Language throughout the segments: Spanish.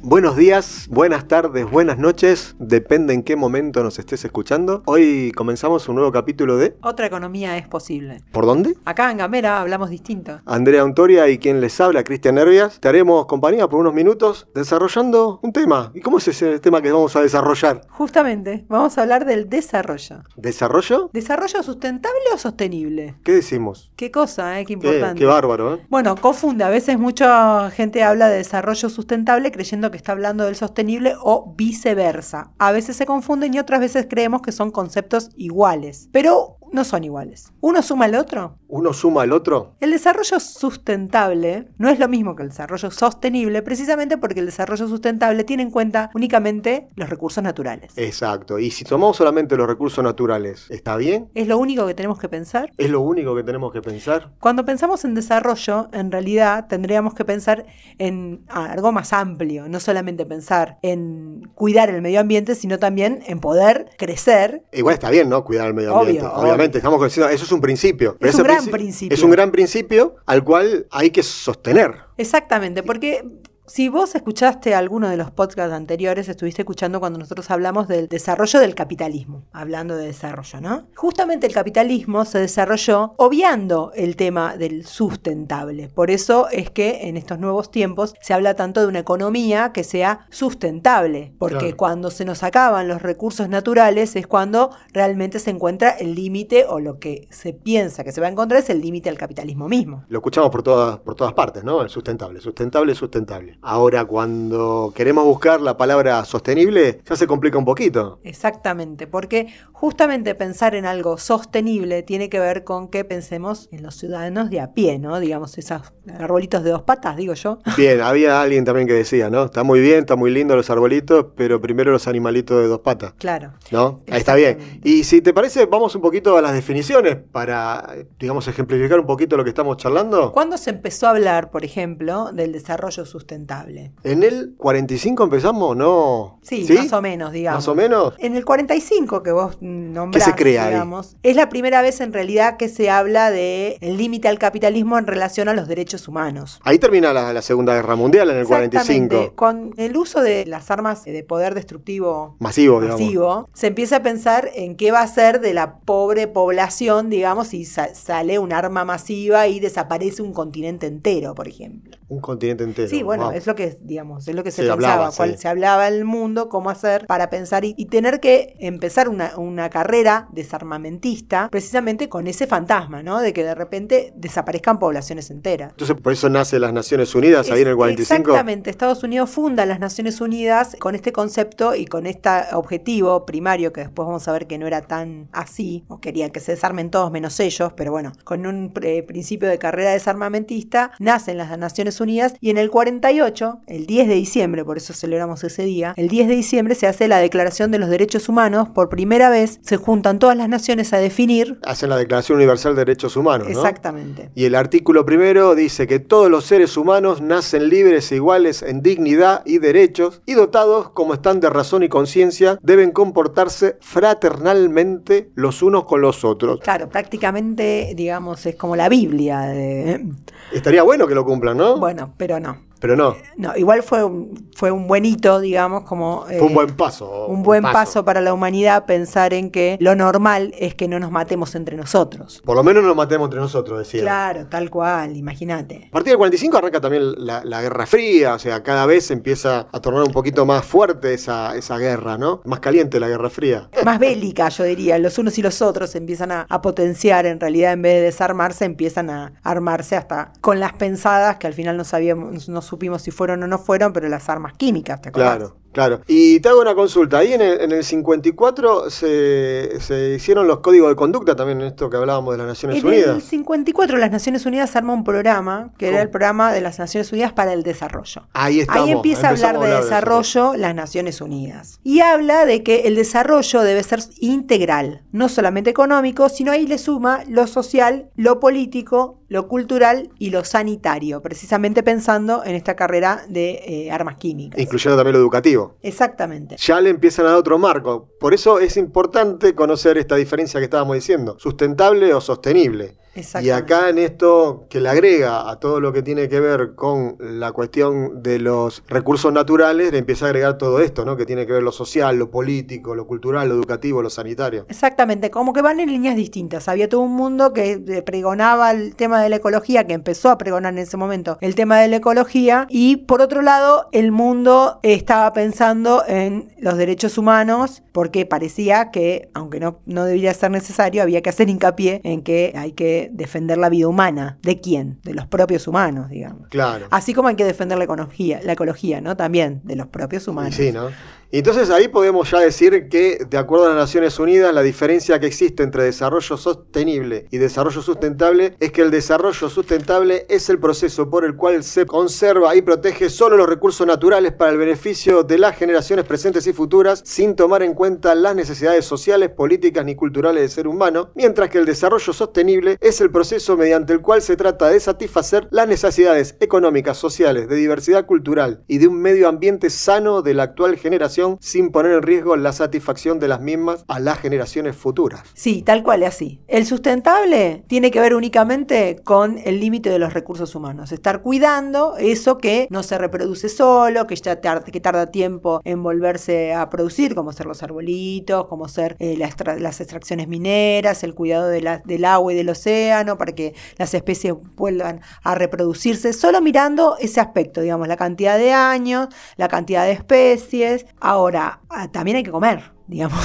Buenos días, buenas tardes, buenas noches, depende en qué momento nos estés escuchando. Hoy comenzamos un nuevo capítulo de Otra economía es posible. ¿Por dónde? Acá en Gamera hablamos distinto. Andrea Ontoria y quien les habla, Cristian Herbias. Te haremos compañía por unos minutos desarrollando un tema. ¿Y cómo es ese tema que vamos a desarrollar? Justamente, vamos a hablar del desarrollo. ¿Desarrollo? ¿Desarrollo sustentable o sostenible? ¿Qué decimos? Qué cosa, ¿eh? Qué Qué, importante. qué bárbaro, ¿eh? bueno, confunde. A veces mucha gente habla de desarrollo sustentable creyendo que está hablando del sostenible o viceversa. A veces se confunden y otras veces creemos que son conceptos iguales. Pero no son iguales. Uno suma al otro ¿Uno suma al otro? El desarrollo sustentable no es lo mismo que el desarrollo sostenible, precisamente porque el desarrollo sustentable tiene en cuenta únicamente los recursos naturales. Eh. Exacto. Y si tomamos solamente los recursos naturales, ¿está bien? ¿Es lo único que tenemos que pensar? ¿Es lo único que tenemos que pensar? Cuando pensamos en desarrollo, en realidad tendríamos que pensar en algo más amplio, no solamente pensar en cuidar el medio ambiente, sino también en poder crecer. Igual está bien, ¿no? Cuidar el medio Obvio, ambiente. obvio. Obviamente, estamos convencidos. Eso es un principio. Pero Es ese un gran princi- principio. Es un gran principio al cual hay que sostener. Exactamente, porque... Si vos escuchaste alguno de los podcasts anteriores, estuviste escuchando cuando nosotros hablamos del desarrollo del capitalismo, hablando de desarrollo, ¿no? Justamente el capitalismo se desarrolló obviando el tema del sustentable. Por eso es que en estos nuevos tiempos se habla tanto de una economía que sea sustentable, porque Claro. cuando se nos acaban los recursos naturales es cuando realmente se encuentra el límite o lo que se piensa que se va a encontrar es el límite al capitalismo mismo. Lo escuchamos por todas, por todas partes, ¿no? El sustentable, sustentable, sustentable. Ahora, cuando queremos buscar la palabra sostenible, ya se complica un poquito. Exactamente, porque justamente pensar en algo sostenible tiene que ver con que pensemos en los ciudadanos de a pie, ¿no? Digamos, esos arbolitos de dos patas, digo yo. Bien, había alguien también que decía, ¿no? Está muy bien, está muy lindo los arbolitos, pero primero los animalitos de dos patas, Claro. ¿no? Ahí está bien. Exactamente. Y si te parece, vamos un poquito a las definiciones para, eh, digamos, ejemplificar un poquito lo que estamos charlando. ¿Cuándo se empezó a hablar, por ejemplo, del desarrollo sustentable? ¿En el 45 empezamos? ¿No? Sí, más o menos, digamos. ¿Más o menos? En el 45 que vos mm, nombrás, ¿Qué se crea ahí? digamos, es la primera vez en realidad que se habla de el límite al capitalismo en relación a los derechos humanos. Ahí termina la, la Segunda Guerra Mundial en el Exactamente. 45. Con el uso de las armas de poder destructivo Masivo, digamos. masivo, se empieza a pensar en qué va a ser de la pobre población, digamos, si sa- sale un arma masiva y desaparece un continente entero, por ejemplo. Un continente entero. sí, bueno, wow. es lo que, digamos, es lo que se, Se pensaba, hablaba, cuál sí. se hablaba el mundo, cómo hacer para pensar y, y tener que empezar una, una carrera desarmamentista precisamente con ese fantasma, ¿no? De que de repente desaparezcan poblaciones enteras. Entonces, por eso nace las Naciones Unidas ahí en el Es- 45. Exactamente, Estados Unidos funda las Naciones Unidas con este concepto y con este objetivo primario que después vamos a ver que no era tan así, o querían que se desarmen todos menos ellos, pero bueno, con un eh, principio de carrera desarmamentista, nacen las Naciones Unidas y en el 48, el 10 de diciembre, por eso celebramos ese día, el 10 de diciembre se hace la Declaración de los Derechos Humanos, por primera vez se juntan todas las naciones a definir Hacen la Declaración Universal de Derechos Humanos, ¿no? exactamente. Y el artículo primero dice que todos los seres humanos nacen libres e iguales en dignidad y derechos y dotados como están de razón y conciencia, deben comportarse fraternalmente los unos con los otros. Claro, prácticamente, digamos, es como la Biblia de, Estaría bueno que lo cumplan, ¿no? Bueno, pero no. Pero no, No, igual fue un, fue un buen hito, digamos, como eh, fue un buen paso. un buen paso. para la humanidad pensar en que lo normal es que no nos matemos entre nosotros. Por lo menos no nos matemos entre nosotros, decía. Claro, tal cual, imagínate. A partir del 45 arranca también la, la Guerra Fría, o sea, cada vez se empieza a tornar un poquito más fuerte esa, esa guerra, ¿no? Más caliente la Guerra Fría. Más bélica, yo diría. Los unos y los otros empiezan a, a potenciar, en realidad, en vez de desarmarse, empiezan a armarse hasta con las pensadas, que al final no sabíamos, no supimos si fueron o no fueron, pero las armas químicas, ¿te acordás? Claro, claro. Y te hago una consulta. Ahí en el, en el 54 se, se hicieron los códigos de conducta también, en esto que hablábamos de las Naciones En el Unidas. 54 las Naciones Unidas arma un programa, que ¿Cómo? era el programa de las Naciones Unidas para el Desarrollo. Ahí estamos. Ahí empieza a empezamos hablar de desarrollo las Naciones Unidas. Y habla de que el desarrollo debe ser integral, no solamente económico, sino ahí le suma lo social, lo político lo cultural y lo sanitario, precisamente pensando en esta carrera de eh, armas químicas. incluyendo también lo educativo. Exactamente. Ya le empiezan a dar otro marco. Por eso es importante conocer esta diferencia que estábamos diciendo, sustentable o sostenible. Y Exactamente. acá en esto que le agrega a todo lo que tiene que ver con la cuestión de los recursos naturales, le empieza a agregar todo esto, ¿no? Que tiene que ver lo social, lo político, lo cultural, lo educativo, lo sanitario. Exactamente, como que van en líneas distintas. Había todo un mundo que eh, pregonaba el tema de la ecología, que empezó a pregonar en ese momento el tema de la ecología, y por otro lado, el mundo estaba pensando en los derechos humanos, porque parecía que, aunque no, no debería ser necesario, había que hacer hincapié en que hay que defender la vida humana. ¿De quién? De los propios humanos, digamos. Claro. Así como hay que defender la ecología, la ecología, ¿no? También de los propios Y humanos. Sí, ¿no? Y Entonces ahí podemos ya decir que, de acuerdo a las Naciones Unidas, la diferencia que existe entre desarrollo sostenible y desarrollo sustentable es que el desarrollo sustentable es el proceso por el cual se conserva y protege solo los recursos naturales para el beneficio de las generaciones presentes y futuras, sin tomar en cuenta las necesidades sociales, políticas ni culturales del ser humano, mientras que el desarrollo sostenible es el proceso mediante el cual se trata de satisfacer las necesidades económicas, sociales, de diversidad cultural y de un medio ambiente sano de la actual generación sin poner en riesgo la satisfacción de las mismas a las generaciones futuras. Sí, tal cual, es así. El sustentable tiene que ver únicamente con el límite de los recursos humanos, estar cuidando eso que no se reproduce solo, que ya tar- que tarda tiempo en volverse a producir, como ser los arbolitos, como ser eh, las, tra- las extracciones mineras, el cuidado de la- del agua y del océano para que las especies vuelvan a reproducirse, solo mirando ese aspecto, digamos, la cantidad de años, la cantidad de especies. Ahora, ah, también hay que comer, digamos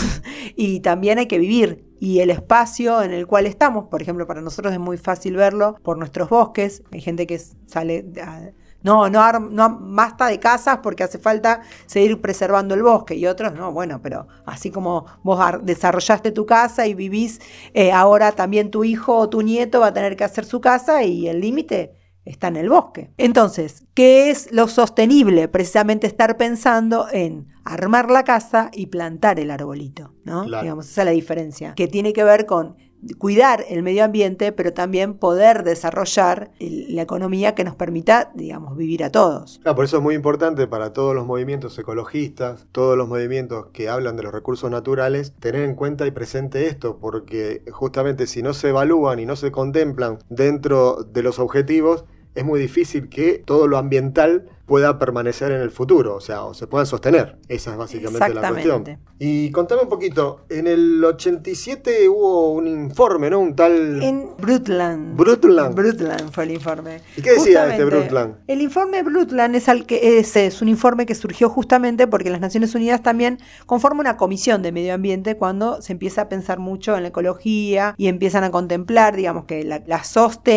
y también hay que vivir. Y el espacio en el cual estamos, por ejemplo, para nosotros es muy fácil verlo por nuestros bosques. Hay gente que s- sale, de- a- no, no, ar- no basta de casas porque hace falta seguir preservando el bosque. Y otros, no, bueno, pero así como vos ar- desarrollaste tu casa y vivís, eh, ahora también tu hijo o tu nieto va a tener que hacer su casa y el límite está en el bosque. Entonces, ¿qué es lo sostenible? Precisamente estar pensando en armar la casa y plantar el arbolito, ¿no? Claro. Digamos, esa es la diferencia, que tiene que ver con cuidar el medio ambiente, pero también poder desarrollar el- la economía que nos permita, digamos, vivir a todos. Claro, por eso es muy importante para todos los movimientos ecologistas, todos los movimientos que hablan de los recursos naturales, tener en cuenta y presente esto, porque justamente si no se evalúan y no se contemplan dentro de los objetivos, es muy difícil que todo lo ambiental pueda permanecer en el futuro, o sea, o se puedan sostener. Esa es básicamente la cuestión. Exactamente. Y contame un poquito, en el 87 hubo un informe, ¿no? Un tal... En Brutland. Brundtland. Brundtland fue el informe. ¿Y qué decía este Justamente, Brundtland? El informe Brundtland es, al que es, es un informe que surgió justamente porque las Naciones Unidas también conforma una comisión de medio ambiente cuando se empieza a pensar mucho en la ecología y empiezan a contemplar, digamos, que la, la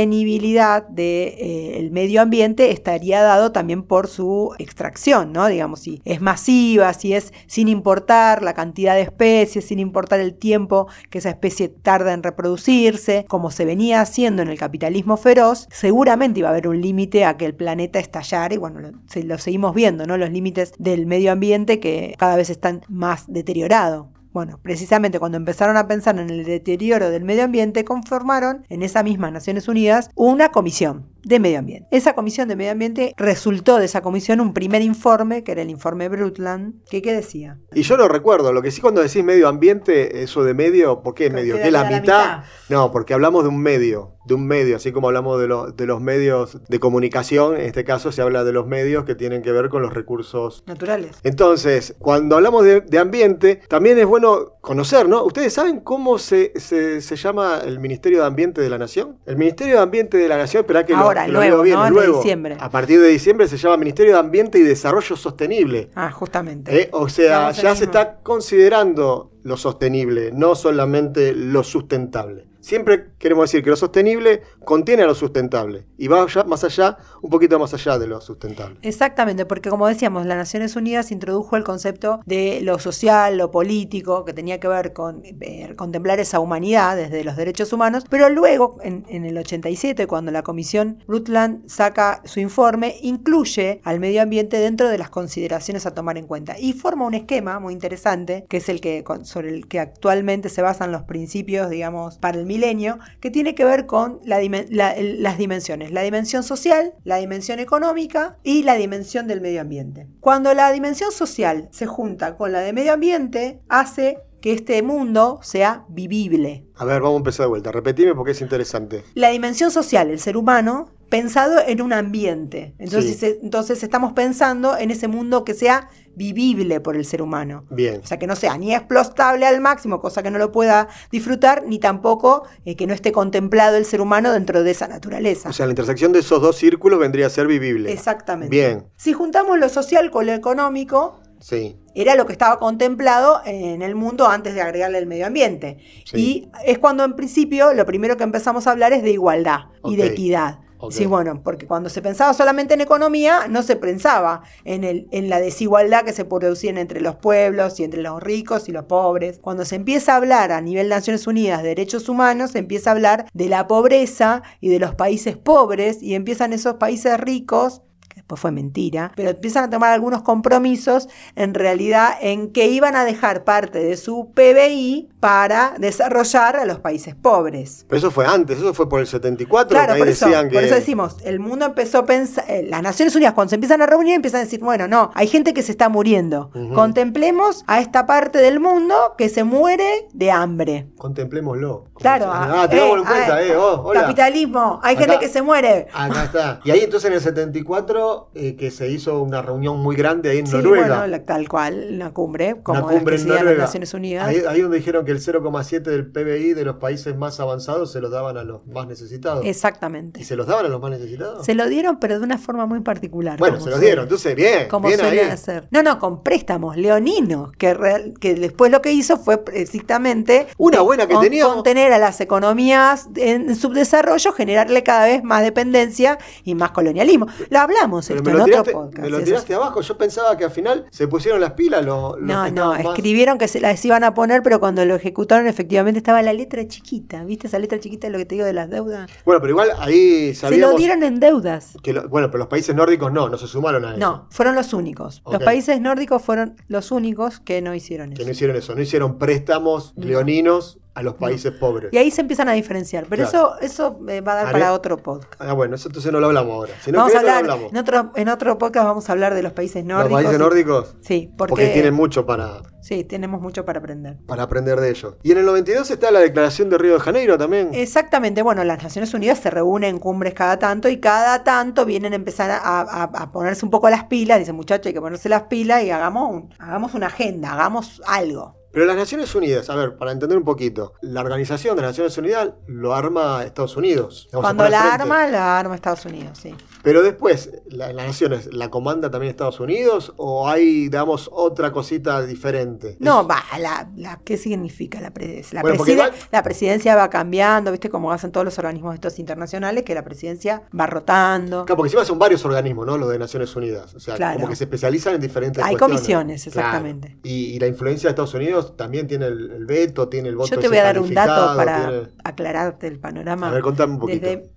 sostenibilidad del medio ambiente estaría dado también por su extracción, ¿no? Digamos, si es masiva, si es sin importar la cantidad de especies, sin importar el tiempo que esa especie tarda en reproducirse, como se venía haciendo en el capitalismo feroz, seguramente iba a haber un límite a que el planeta estallara y bueno, lo, se- lo seguimos viendo, ¿no? Los límites del medio ambiente que cada vez están más deteriorado. Bueno, precisamente cuando empezaron a pensar en el deterioro del medio ambiente, conformaron en esas mismas Naciones Unidas una comisión de medio ambiente. Esa comisión de medio ambiente resultó de esa comisión un primer informe, que era el informe Brundtland, que ¿qué decía? Y yo no recuerdo, lo que sí cuando decís medio ambiente, eso de medio, ¿por qué Que medio? queda ¿Que es la la mitad? mitad. No, porque hablamos de un medio, de un medio, así como hablamos de, lo- de los medios de comunicación, en este caso se habla de los medios que tienen que ver con los recursos. Naturales. Entonces, cuando hablamos de, de ambiente, también es bueno conocer, ¿no? ¿Ustedes saben cómo se, se- se llama el Ministerio de Ambiente de la Nación? El Ministerio de Ambiente de la Nación, espera que lo- Ahora, que lo, el digo nuevo, bien, ¿no? el El de nuevo. diciembre. A partir de diciembre se llama Ministerio de Ambiente y Desarrollo Sostenible. Ah, justamente. Eh, o sea, Vamos a ya lo se mismo. está considerando lo sostenible, no solamente lo sustentable. Siempre queremos decir que lo sostenible contiene a lo sustentable y va ya- más allá, un poquito más allá de lo sustentable. Exactamente, porque como decíamos, las Naciones Unidas introdujo el concepto de lo social, lo político, que tenía que ver con ver- contemplar esa humanidad desde los derechos humanos, pero luego, en, en el 87, cuando la Comisión Brundtland saca su informe, incluye al medio ambiente dentro de las consideraciones a tomar en cuenta y forma un esquema muy interesante, que es el que con- sobre el que actualmente se basan los principios, digamos, para el milenio, que tiene que ver con la dimen- la- el- las dimensiones, la dimensión social, la dimensión económica y la dimensión del medio ambiente. Cuando la dimensión social se junta con la de medio ambiente, hace que este mundo sea vivible, A ver, vamos a empezar de vuelta. Repetime porque es interesante. la dimensión social, el ser humano, pensado en un ambiente. Entonces, Sí. eh, entonces estamos pensando en ese mundo que sea vivible por el ser humano. Bien. O sea, que no sea ni explotable al máximo, cosa que no lo pueda disfrutar, ni tampoco eh, que no esté contemplado el ser humano dentro de esa naturaleza. O sea, la intersección de esos dos círculos vendría a ser vivible. Exactamente. Bien. Si juntamos lo social con lo económico, Sí. era lo que estaba contemplado en el mundo antes de agregarle el medio ambiente. Sí. Y es cuando en principio lo primero que empezamos a hablar es de igualdad y de Ok. equidad. Ok. Sí, bueno, porque cuando se pensaba solamente en economía, no se pensaba en, el, en la desigualdad que se producía entre los pueblos y entre los ricos y los pobres. Cuando se empieza a hablar a nivel Naciones Unidas de derechos humanos, se empieza a hablar de la pobreza y de los países pobres y empiezan esos países ricos que después fue mentira, pero empiezan a tomar algunos compromisos en realidad en que iban a dejar parte de su PBI para desarrollar a los países pobres. Pero eso fue antes, eso fue por el 74, Claro, que ahí por eso, decían que... por eso decimos, el mundo empezó a pensar, eh, las Naciones Unidas cuando se empiezan a reunir empiezan a decir, bueno, no, hay gente que se está muriendo, Ujú. contemplemos a esta parte del mundo que se muere de hambre. Contemplémoslo. Claro, Ah, ah, tengámoslo eh, en cuenta, ah, eh. oh, hola. Capitalismo, hay Acá- gente que se muere. Ah, Acá está. Y ahí entonces en el 74, eh, que se hizo una reunión muy grande ahí en Sí, Noruega. bueno, la- tal cual, una cumbre, como una cumbre en las que se dan Noruega. las Naciones Unidas. Ahí, ahí donde dijeron que el 0,7 del PBI de los países más avanzados se los daban a los más necesitados. Exactamente. ¿Y se los daban a los más necesitados? Se lo dieron, pero de una forma muy particular. bueno, como se los suele- dieron. Entonces, bien, Como bien ahí. suele hacer. No, no, con préstamos leoninos, que, real- que después lo que hizo fue precisamente. Una de- buena que con- teníamos. Contener a las economías en subdesarrollo, generarle cada vez más dependencia y más colonialismo. Lo hablamos Pero esto me en lo, otro tiraste, podcast. me lo eso tiraste abajo. Yo pensaba que al final se pusieron las pilas los. los no, que no, estaban más- escribieron que se las iban a poner, pero cuando lo ejecutaron efectivamente estaba la letra chiquita. ¿Viste esa letra chiquita de lo que te digo de las deudas? Bueno, pero igual ahí Se lo sabíamos. dieron en deudas. que lo- bueno, pero los países nórdicos no, no se sumaron a Ah, eso. No, fueron los únicos. Ok. Los países nórdicos fueron los únicos que no hicieron Que eso. no hicieron eso, no hicieron préstamos leoninos a los países pobres. Y ahí se empiezan a diferenciar. Pero Claro. eso, eso eh, va a dar Haré- para otro podcast. Ah, bueno, eso entonces no lo hablamos ahora. Si no vamos a querés, no hablar, lo hablamos. en, otro, en otro podcast vamos a hablar de los países nórdicos. los países y- nórdicos. Sí, porque, Porque, tienen mucho para, sí, tenemos mucho para aprender. para aprender de ellos. Y en el 92 está la declaración de Río de Janeiro también. Eh. Exactamente, bueno, las Naciones Unidas se reúnen en cumbres cada tanto y cada tanto vienen a empezar a, a- a ponerse un poco las pilas, dicen muchachos, hay que ponerse las pilas y hagamos, un- hagamos una agenda, hagamos algo. Pero las Naciones Unidas, a ver, para entender un poquito, la organización de las Naciones Unidas lo arma Estados Unidos. digamos, se Cuando pone al la frente. arma, la arma Estados Unidos, sí. Pero después, la- las Naciones, ¿la comanda también Estados Unidos o hay, digamos, otra cosita diferente? No, Es- va, la, la- ¿qué significa la, presidencia? la, Bueno, porque preside- igual- la presidencia va cambiando, ¿viste? Como hacen todos los organismos estos internacionales, que la presidencia va rotando. Claro, porque encima son varios organismos, ¿no? Los de Naciones Unidas. O sea, Claro. como que se especializan en diferentes Hay cuestiones. comisiones, Claro. exactamente. Y, y la influencia de Estados Unidos también tiene el, el veto, tiene el voto Yo te ese voy a dar un dato calificado, para tiene- aclararte el panorama. A ver, contame un poquito. Desde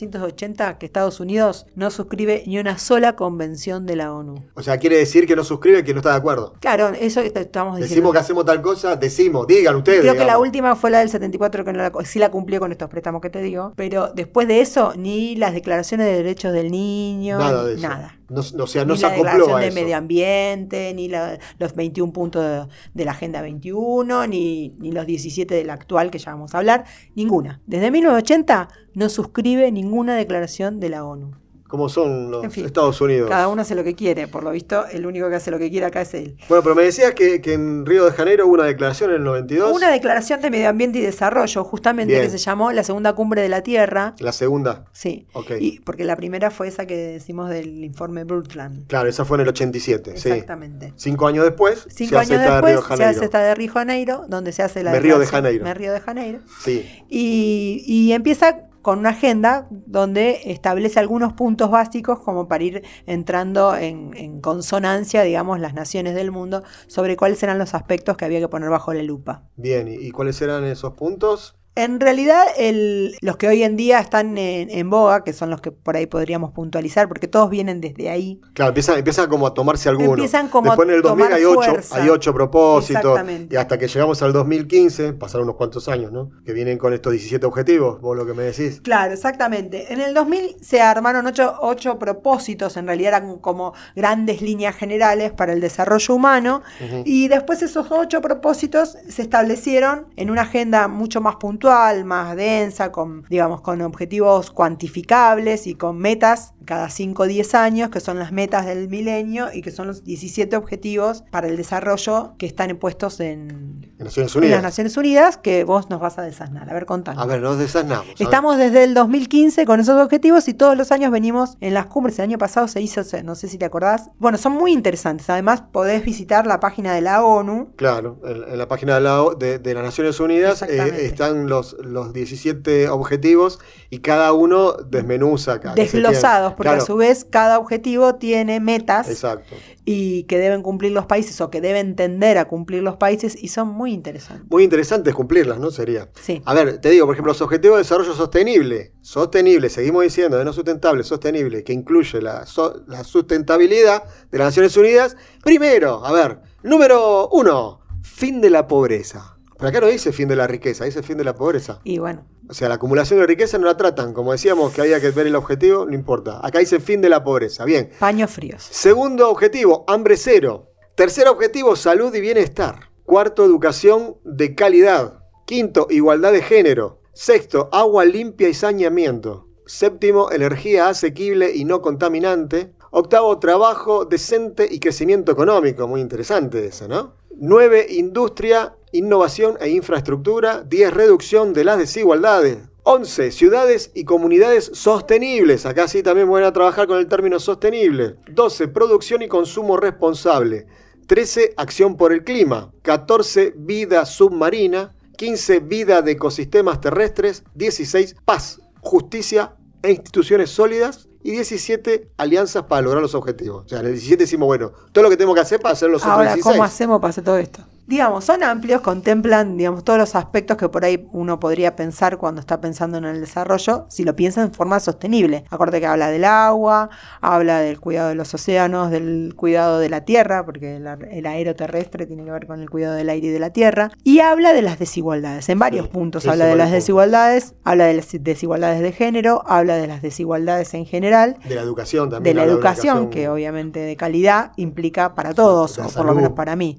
1980 que Estados Unidos no suscribe ni una sola convención de la ONU. O sea, quiere decir que no suscribe que no está de acuerdo. Claro, eso est- estamos diciendo. Decimos que hacemos tal cosa, decimos, digan ustedes. Creo que la digamos. última fue la del 74, que no la, sí la cumplió con estos préstamos que te digo. Pero después de eso, ni las declaraciones de derechos del niño, Nada de eso. nada. No, o sea, no ni se la acopló declaración a de eso. medio ambiente, ni la- los 21 puntos de, de la Agenda 21, ni, ni los 17 de la actual que ya vamos a hablar, ninguna. Desde 1980 no suscribe ninguna declaración de la ONU. Como son los En fin. Estados Unidos. Cada uno hace lo que quiere, por lo visto, el único que hace lo que quiere acá es él. Bueno, pero me decías que, que en Río de Janeiro hubo una declaración en el 92. Una declaración de medio ambiente y desarrollo, justamente Bien. que se llamó la segunda cumbre de la Tierra. La segunda. Sí, Ok. y, porque la primera fue esa que decimos del informe Brundtland. Claro, esa fue en el 87. Sí. Exactamente. Cinco años después Cinco se años acepta después Río de se Janeiro. hace esta de Río de Janeiro, donde se hace la Me Río de declaración- Janeiro. Me Río de Janeiro. Sí. Y, y empieza con una agenda donde establece algunos puntos básicos como para ir entrando en, en consonancia, digamos, las naciones del mundo sobre cuáles eran los aspectos que había que poner bajo la lupa. Bien, ¿y y cuáles eran esos puntos? En realidad, el- los que hoy en día están en, en boga, que son los que por ahí podríamos puntualizar, porque todos vienen desde ahí. Claro, empiezan, empiezan como a tomarse algunos. Empiezan como Después en el a tomar 2000 hay ocho, fuerza. hay ocho propósitos. Exactamente. Y hasta que llegamos al 2015, pasaron unos cuantos años, ¿no? Que vienen con estos 17 objetivos, vos lo que me decís. Claro, exactamente. En el 2000 se armaron ocho, ocho propósitos, en realidad eran como grandes líneas generales para el desarrollo humano. Ujú. Y después esos ocho propósitos se establecieron en una agenda mucho más puntual, más densa, con, digamos, con objetivos cuantificables y con metas cada 5 o 10 años, que son las metas del milenio y que son los 17 objetivos para el desarrollo que están puestos en, En Naciones en las Unidas. Naciones Unidas, que vos nos vas a desasnar. A ver, contanos. A ver, nos desasnamos. Pues, a ver. Estamos desde el 2015 con esos objetivos y todos los años venimos en las cumbres. El año pasado se hizo, se- no sé si te acordás. Bueno, son muy interesantes. Además, podés visitar la página de la ONU. Claro, en, en la página de, la O- de- de las Naciones Unidas eh, Exactamente. están los, los 17 objetivos y cada uno desmenuza. a qué se tiene. Desglosados, porque Claro, a su vez cada objetivo tiene metas Exacto. y que deben cumplir los países o que deben tender a cumplir los países y son muy interesantes. Muy interesante es cumplirlas, ¿no? Sería. Sí, A ver, te digo, por ejemplo, los objetivos de desarrollo sostenible, sostenible, seguimos diciendo, de no sustentable, sostenible, que incluye la, so- la sustentabilidad de las Naciones Unidas. Primero, a ver, número uno, fin de la pobreza. Pero acá no dice fin de la riqueza, dice fin de la pobreza. y bueno, O sea, la acumulación de riqueza no la tratan, como decíamos que había que ver el objetivo, no importa. Acá dice fin de la pobreza, bien. paños fríos. Segundo objetivo, hambre cero. Tercer objetivo, salud y bienestar. Cuarto, educación de calidad. Quinto, igualdad de género. Sexto, agua limpia y saneamiento. Séptimo, energía asequible y no contaminante. Octavo, trabajo decente y crecimiento económico. Muy interesante eso, ¿no? Nueve, industria, innovación e infraestructura. Diez, reducción de las desigualdades. 11. Ciudades y comunidades sostenibles. Acá sí también van a trabajar con el término sostenible. 12. Producción y consumo responsable. 13. Acción por el clima. 14. Vida submarina. 15. Vida de ecosistemas terrestres. 16. Paz, justicia e instituciones sólidas. Y 17. Alianzas para lograr los objetivos. O sea, en el 17 decimos, bueno, todo lo que tengo que hacer para hacer los otros Ahora, 16. ¿cómo hacemos para hacer todo esto? Digamos, son amplios, contemplan, digamos, todos los aspectos que por ahí uno podría pensar cuando está pensando en el desarrollo, si lo piensa en forma sostenible. Acorde que habla del agua, habla del cuidado de los océanos, del cuidado de la tierra, porque el, ar- el aero terrestre tiene que ver con el cuidado del aire y de la tierra, y habla de las desigualdades, en varios Sí, puntos sí, habla sí, de las varios desigualdades, habla de las desigualdades de género, habla de las desigualdades en general, De la educación también. de la habla educación, que obviamente de calidad implica para todos, De o la por lo menos salud. para mí,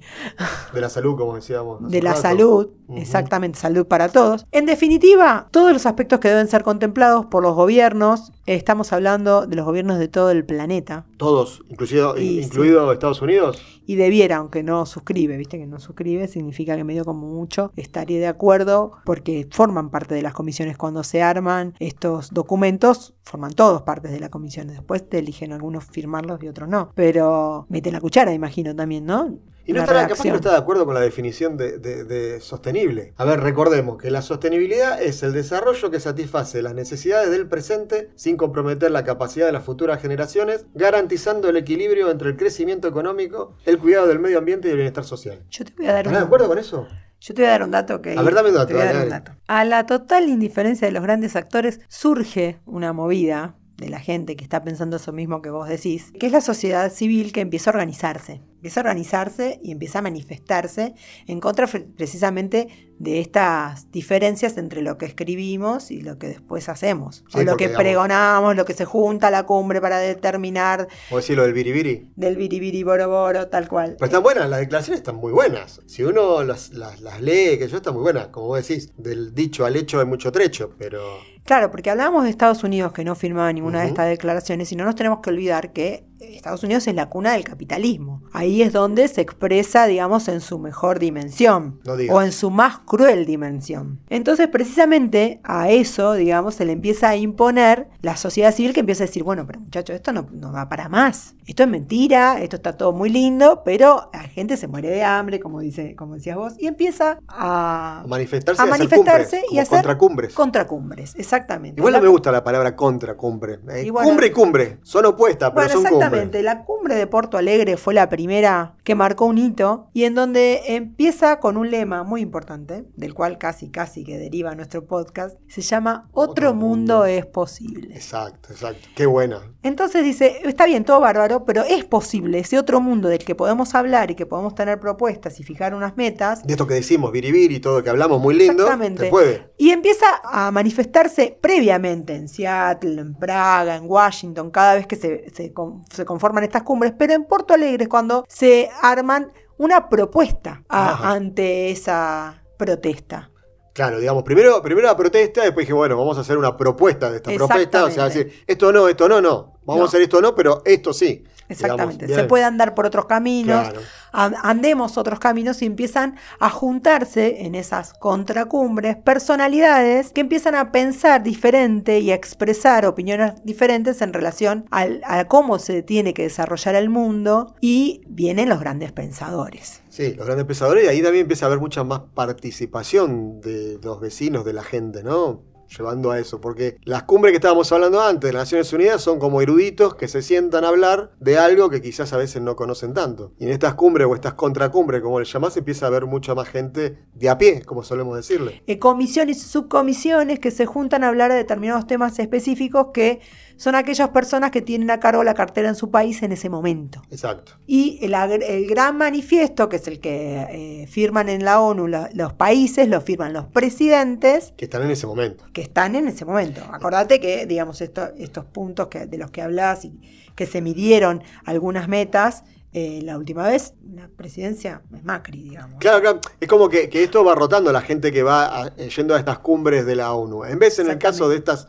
De la salud, como decíamos. hace de la rato. salud, Ujú. exactamente, salud para todos. En definitiva, todos los aspectos que deben ser contemplados por los gobiernos, estamos hablando de los gobiernos de todo el planeta, Todos, inclusive, Y sí. incluido Estados Unidos. y debiera, aunque no suscribe, viste que no suscribe, significa que medio como mucho estaría de acuerdo porque forman parte de las comisiones cuando se arman estos documentos, forman todos partes de las comisiones, después te eligen algunos firmarlos y otros no, pero meten la cuchara, imagino también, ¿no? Y no La está, capaz que redacción. no está de acuerdo con la definición de, de- de sostenible. A ver, recordemos que la sostenibilidad es el desarrollo que satisface las necesidades del presente sin comprometer la capacidad de las futuras generaciones, garantizando el equilibrio entre el crecimiento económico, el cuidado del medio ambiente y el bienestar social. Yo te voy a dar ¿Estás de un- acuerdo con eso? Yo te voy a dar un dato que. A ver, dame un dato, te voy a dale, dar un dale. dato. A la total indiferencia de los grandes actores surge una movida de la gente que está pensando eso mismo que vos decís, que es la sociedad civil que empieza a organizarse. Empieza a organizarse y empieza a manifestarse en contra fre- precisamente de estas diferencias entre lo que escribimos y lo que después hacemos. Sí, o lo porque, que digamos- pregonamos, lo que se junta a la cumbre para determinar O decir lo del biribiri. del biribiri boroboro, tal cual. Pero están buenas, las declaraciones están muy buenas. Si uno las, las- las lee, que yo, están muy buenas. Como vos decís, del dicho al hecho hay mucho trecho, pero... Claro, porque hablábamos de Estados Unidos que no firmaba ninguna de Ujú. estas declaraciones y no nos tenemos que olvidar que eh, Estados Unidos es la cuna del capitalismo. Ahí es donde se expresa, digamos, en su mejor dimensión No digas. o en su más cruel dimensión. Entonces, precisamente a eso, digamos, se le empieza a imponer la sociedad civil que empieza a decir, bueno, pero muchachos, esto no, no va para más. esto es mentira, esto está todo muy lindo, pero la gente se muere de hambre, como, dice, como decías vos, y empieza a A manifestarse, y a hacer cumbres, manifestarse y como hacer- contracumbres. contracumbres, exactamente. Igual no La- me gusta la palabra contracumbre. eh. Y bueno- cumbre y cumbre. Son opuestas, Ah, pero Bueno, son exactamente. cumbres. La cumbre de Porto Alegre fue la primera que marcó un hito y en donde empieza con un lema muy importante, del cual casi casi que deriva nuestro podcast, se llama Otro, Otro mundo, mundo. es posible. Exacto, exacto. Qué buena. Entonces dice, está bien, todo bárbaro, pero es posible ese otro mundo del que podemos hablar y que podemos tener propuestas y fijar unas metas. De esto que decimos, biribiri, todo que hablamos muy lindo. Exactamente. Se puede. Y empieza a manifestarse previamente en Seattle, en Praga, en Washington, cada vez que se, se con- se conforman estas cumbres, pero en Porto Alegre es cuando se arman una propuesta a- Ajá. ante esa protesta. Claro, digamos, primero, primero la protesta, después dije, bueno, vamos a hacer una propuesta de esta propuesta. O sea, Exactamente. decir, esto no, esto no, no. Vamos No. a hacer esto no, pero esto sí. Exactamente. bien. se puede andar por otros caminos, Claro. a- andemos otros caminos y empiezan a juntarse en esas contracumbres personalidades que empiezan a pensar diferente y a expresar opiniones diferentes en relación al- a cómo se tiene que desarrollar el mundo y vienen los grandes pensadores. Sí, los grandes pensadores, y ahí también empieza a haber mucha más participación de los vecinos, de la gente, ¿no? Llevando a eso, porque las cumbres que estábamos hablando antes de las Naciones Unidas son como eruditos que se sientan a hablar de algo que quizás a veces no conocen tanto. Y en estas cumbres o estas contracumbres, como le llamás, empieza a haber mucha más gente de a pie, como solemos decirle. eh, comisiones y subcomisiones que se juntan a hablar de determinados temas específicos que son aquellas personas que tienen a cargo la cartera en su país en ese momento. Exacto. Y el, agr- el gran manifiesto, que es el que eh, firman en la ONU lo- los países, lo firman los presidentes Que están en ese momento. que están en ese momento. Acordate que, digamos, esto- estos puntos que, de los que hablas y que se midieron algunas metas, eh, la última vez, la presidencia es Macri, digamos. Claro, claro. Es como que, que esto va rotando la gente que va a- eh, yendo a estas cumbres de la ONU. En vez, en el caso de estas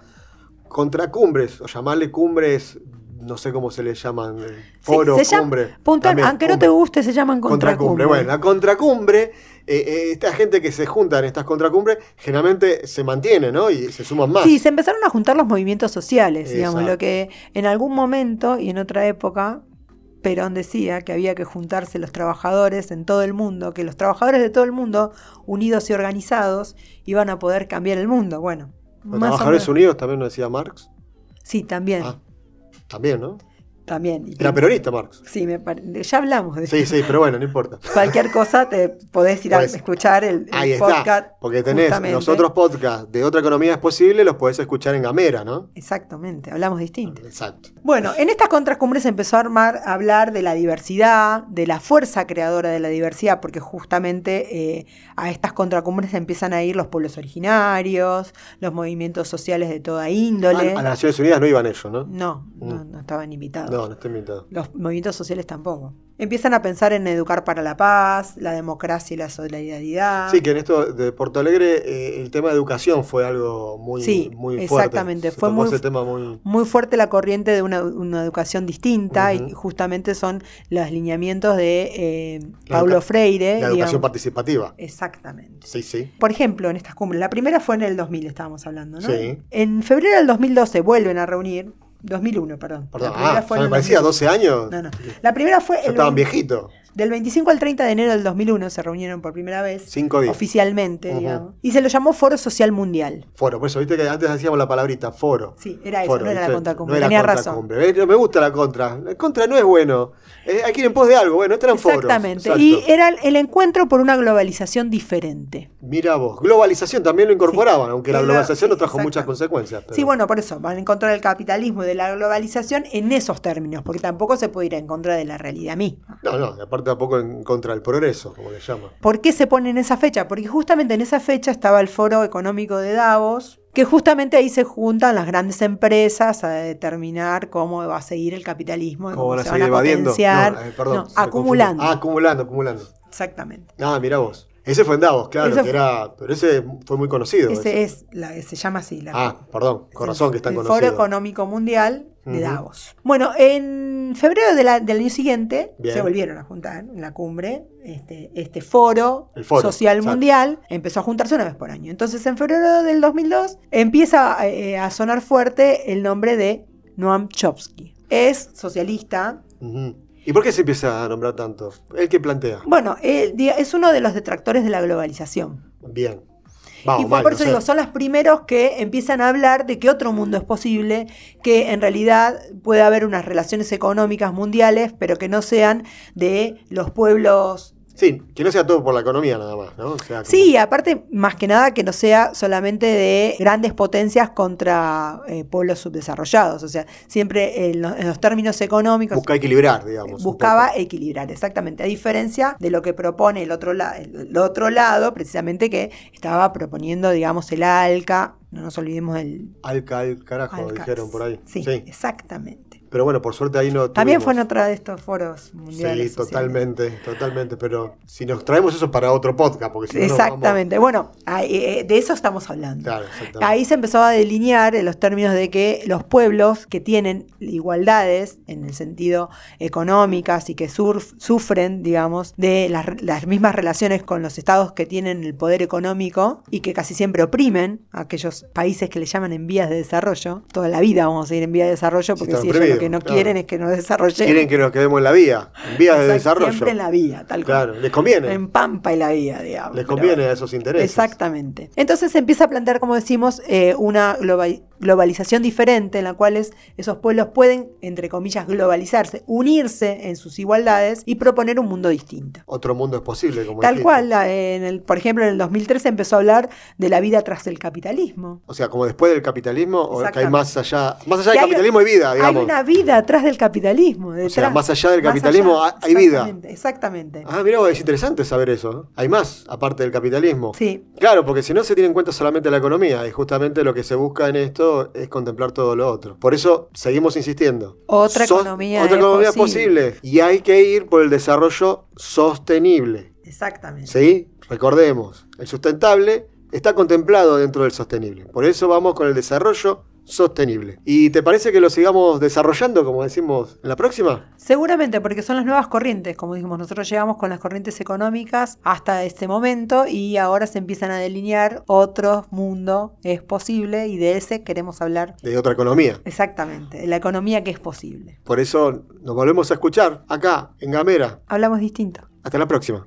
contracumbres, o llamarle cumbres, no sé cómo se le llaman, eh, foro, se llama- cumbre. Puntual, también, um, aunque no cumbre. te guste, se llaman Contracumbre. contracumbre. Bueno, la contracumbre, eh, eh, esta gente que se junta en estas contracumbres, generalmente se mantiene, ¿no? Y se suman más. Sí, se empezaron a juntar los movimientos sociales, digamos, Exacto. lo que en algún momento y en otra época Perón decía que había que juntarse los trabajadores en todo el mundo, que los trabajadores de todo el mundo, unidos y organizados, iban a poder cambiar el mundo. Bueno, Los más o Trabajadores menos- Unidos también lo decía Marx. Sí, también, Ah, también, ¿no? también. Y- Era peronista Marx. Sí, me pare- ya hablamos de Sí, sí, pero bueno, no importa. cualquier cosa, te podés ir a Pues, escuchar el, el Ahí podcast. está. Porque tenés justamente. los otros podcasts de otra economía es posible, los podés escuchar en Gamera, ¿no? Exactamente, hablamos distinto. Exacto. Bueno, en estas contracumbres se empezó a armar, a hablar de la diversidad, de la fuerza creadora de la diversidad, porque justamente eh, a estas contracumbres empiezan a ir los pueblos originarios, los movimientos sociales de toda A, índole. Ah, a las Naciones Unidas no iban ellos, ¿no? No, no, no estaban invitados. No, no estoy invitado. Los movimientos sociales tampoco. Empiezan a pensar en educar para la paz, la democracia y la solidaridad. Sí, que en esto de Porto Alegre eh, el tema de educación fue algo muy, Sí, muy fuerte. exactamente, Se fue tomó muy- ese tema muy... muy fuerte la corriente de una, una educación distinta y Ujú. justamente son los lineamientos de eh, La Paulo educa- Freire. La digamos. educación participativa. Exactamente. Sí, sí. Por ejemplo, en estas cumbres, la primera fue en el 2000, estábamos hablando, ¿no? Sí. En febrero del 2012 vuelven a reunir, 2001, perdón. Perdón, la primera ah, fue ya en me el parecía 12 2000. años. No, no. La primera fue Ya el estaban vein- viejitos. del 25 al 30 de enero del 2001, se reunieron por primera vez, Cinco días. oficialmente, Ujú. digamos. Y se lo llamó Foro Social Mundial. Foro, por eso viste que antes hacíamos la palabrita foro. Sí, era eso, Foro, no era la ¿viste? contracumbre, No era tenía razón. contracumbre. ¿Ves? No Me gusta la contra. La contra no es bueno. Eh, hay que ir en pos de algo. Bueno, esto eran foros. Exactamente. Exacto. Y eh, era el- el encuentro por una globalización diferente. Mira vos, globalización también lo incorporaban, Sí. aunque la Glo- globalización no sí, trajo exacto. muchas consecuencias. pero- Sí, bueno, por eso, van en contra del capitalismo y de la globalización en esos términos, porque tampoco se puede ir en contra de la realidad misma. No, no, y aparte tampoco en contra del progreso, como le llama. ¿Por qué se pone en esa fecha? Porque justamente en esa fecha estaba el Foro Económico de Davos, que justamente ahí se juntan las grandes empresas a determinar cómo va a seguir el capitalismo, y ¿Cómo van a se seguir evadiendo? potenciar, No, eh, perdón, no, se me acumulando. confundí. Ah, acumulando, acumulando. Exactamente. Ah, mira vos. Ese fue en Davos, claro, Ese que fue- era, pero ese fue muy conocido. ese. Ese es, la, se llama así. La, Ah, perdón, con Es razón el- que están El Foro conocidos. Económico Mundial de Ujú. Davos. Bueno, en febrero de la- del año siguiente Bien. se volvieron a juntar en la cumbre. Este, este foro, El foro, social exacto. mundial empezó a juntarse una vez por año. Entonces, en febrero del 2002 empieza eh, a sonar fuerte el nombre de Noam Chomsky. es socialista. Ujú. ¿Y por qué se empieza a nombrar tanto? El que plantea. Bueno, él di- es uno de los detractores de la globalización. Bien. Vamos, y fue mal, por no eso sé. digo, son los primeros que empiezan a hablar de que otro mundo es posible, que en realidad puede haber unas relaciones económicas mundiales, pero que no sean de los pueblos. Sí, que no sea todo por la economía nada más, ¿no? O sea, como- Sí, aparte, más que nada, que no sea solamente de grandes potencias contra eh, pueblos subdesarrollados. O sea, siempre en lo- en los términos económicos Busca equilibrar, digamos. un buscaba poco. equilibrar, exactamente, a diferencia de lo que propone el otro, la- el otro lado, precisamente que estaba proponiendo, digamos, el ALCA, no nos olvidemos del Alca, al carajo, ALCA. dijeron por ahí. Sí, Sí. exactamente. Pero bueno, por suerte ahí no También tuvimos. fue en otra de estos foros Sí, mundiales. sociales. totalmente, totalmente. Pero si nos traemos eso para otro podcast, porque si no, no. vamos- Exactamente. Bueno, ahí, eh, de eso estamos hablando. Claro, exactamente. Ahí se empezó a delinear en los términos de que los pueblos que tienen igualdades en el sentido económicas y que surf- sufren, digamos, de las, re- las mismas relaciones con los estados que tienen el poder económico y que casi siempre oprimen a aquellos países que le llaman en vías de desarrollo. Toda la vida vamos a ir en vías de desarrollo porque están si ellos lo prohibidos, que no claro. quieren es que nos desarrollemos. Quieren que nos quedemos en la vía, en vías de Exacto, desarrollo. Siempre en la vía, tal cual. Claro, les conviene. En Pampa y la vía, digamos. Les Pero conviene a esos intereses. Exactamente. Entonces se empieza a plantear, como decimos, eh, una globa- globalización diferente en la cual es- esos pueblos pueden, entre comillas, globalizarse, unirse en sus igualdades y proponer un mundo distinto. Otro mundo es posible, como Tal dijiste. cual, la- en el, por ejemplo, en el 2013 empezó a hablar de la vida tras el capitalismo. O sea, como después del capitalismo, o que hay Exactamente. más allá. Más allá Que del hay- capitalismo hay vida, Ah, digamos. Hay una vida atrás del capitalismo. O sea, detrás- más allá del más capitalismo allá, hay hay vida. exactamente, Exactamente. Ah, mira, es interesante saber eso. ¿eh? Hay más, aparte del capitalismo. Sí. Claro, porque si no se tiene en cuenta solamente la economía, y justamente lo que se busca en esto es contemplar todo lo otro. Por eso seguimos insistiendo. Otra Sos- economía Otra es economía es posible. posible. Y hay que ir por el desarrollo sostenible. Exactamente. ¿Sí? Recordemos, el sustentable está contemplado dentro del sostenible. Por eso vamos con el desarrollo sostenible. ¿Y te parece que lo sigamos desarrollando, como decimos, en la próxima? Seguramente, porque son las nuevas corrientes, como dijimos, nosotros llegamos con las corrientes económicas hasta este momento y ahora se empiezan a delinear otro mundo es posible y de ese queremos hablar De otra economía. exactamente, de la economía que es posible. Por eso nos volvemos a escuchar acá, en Gamera. Hablamos distinto. Hasta la próxima.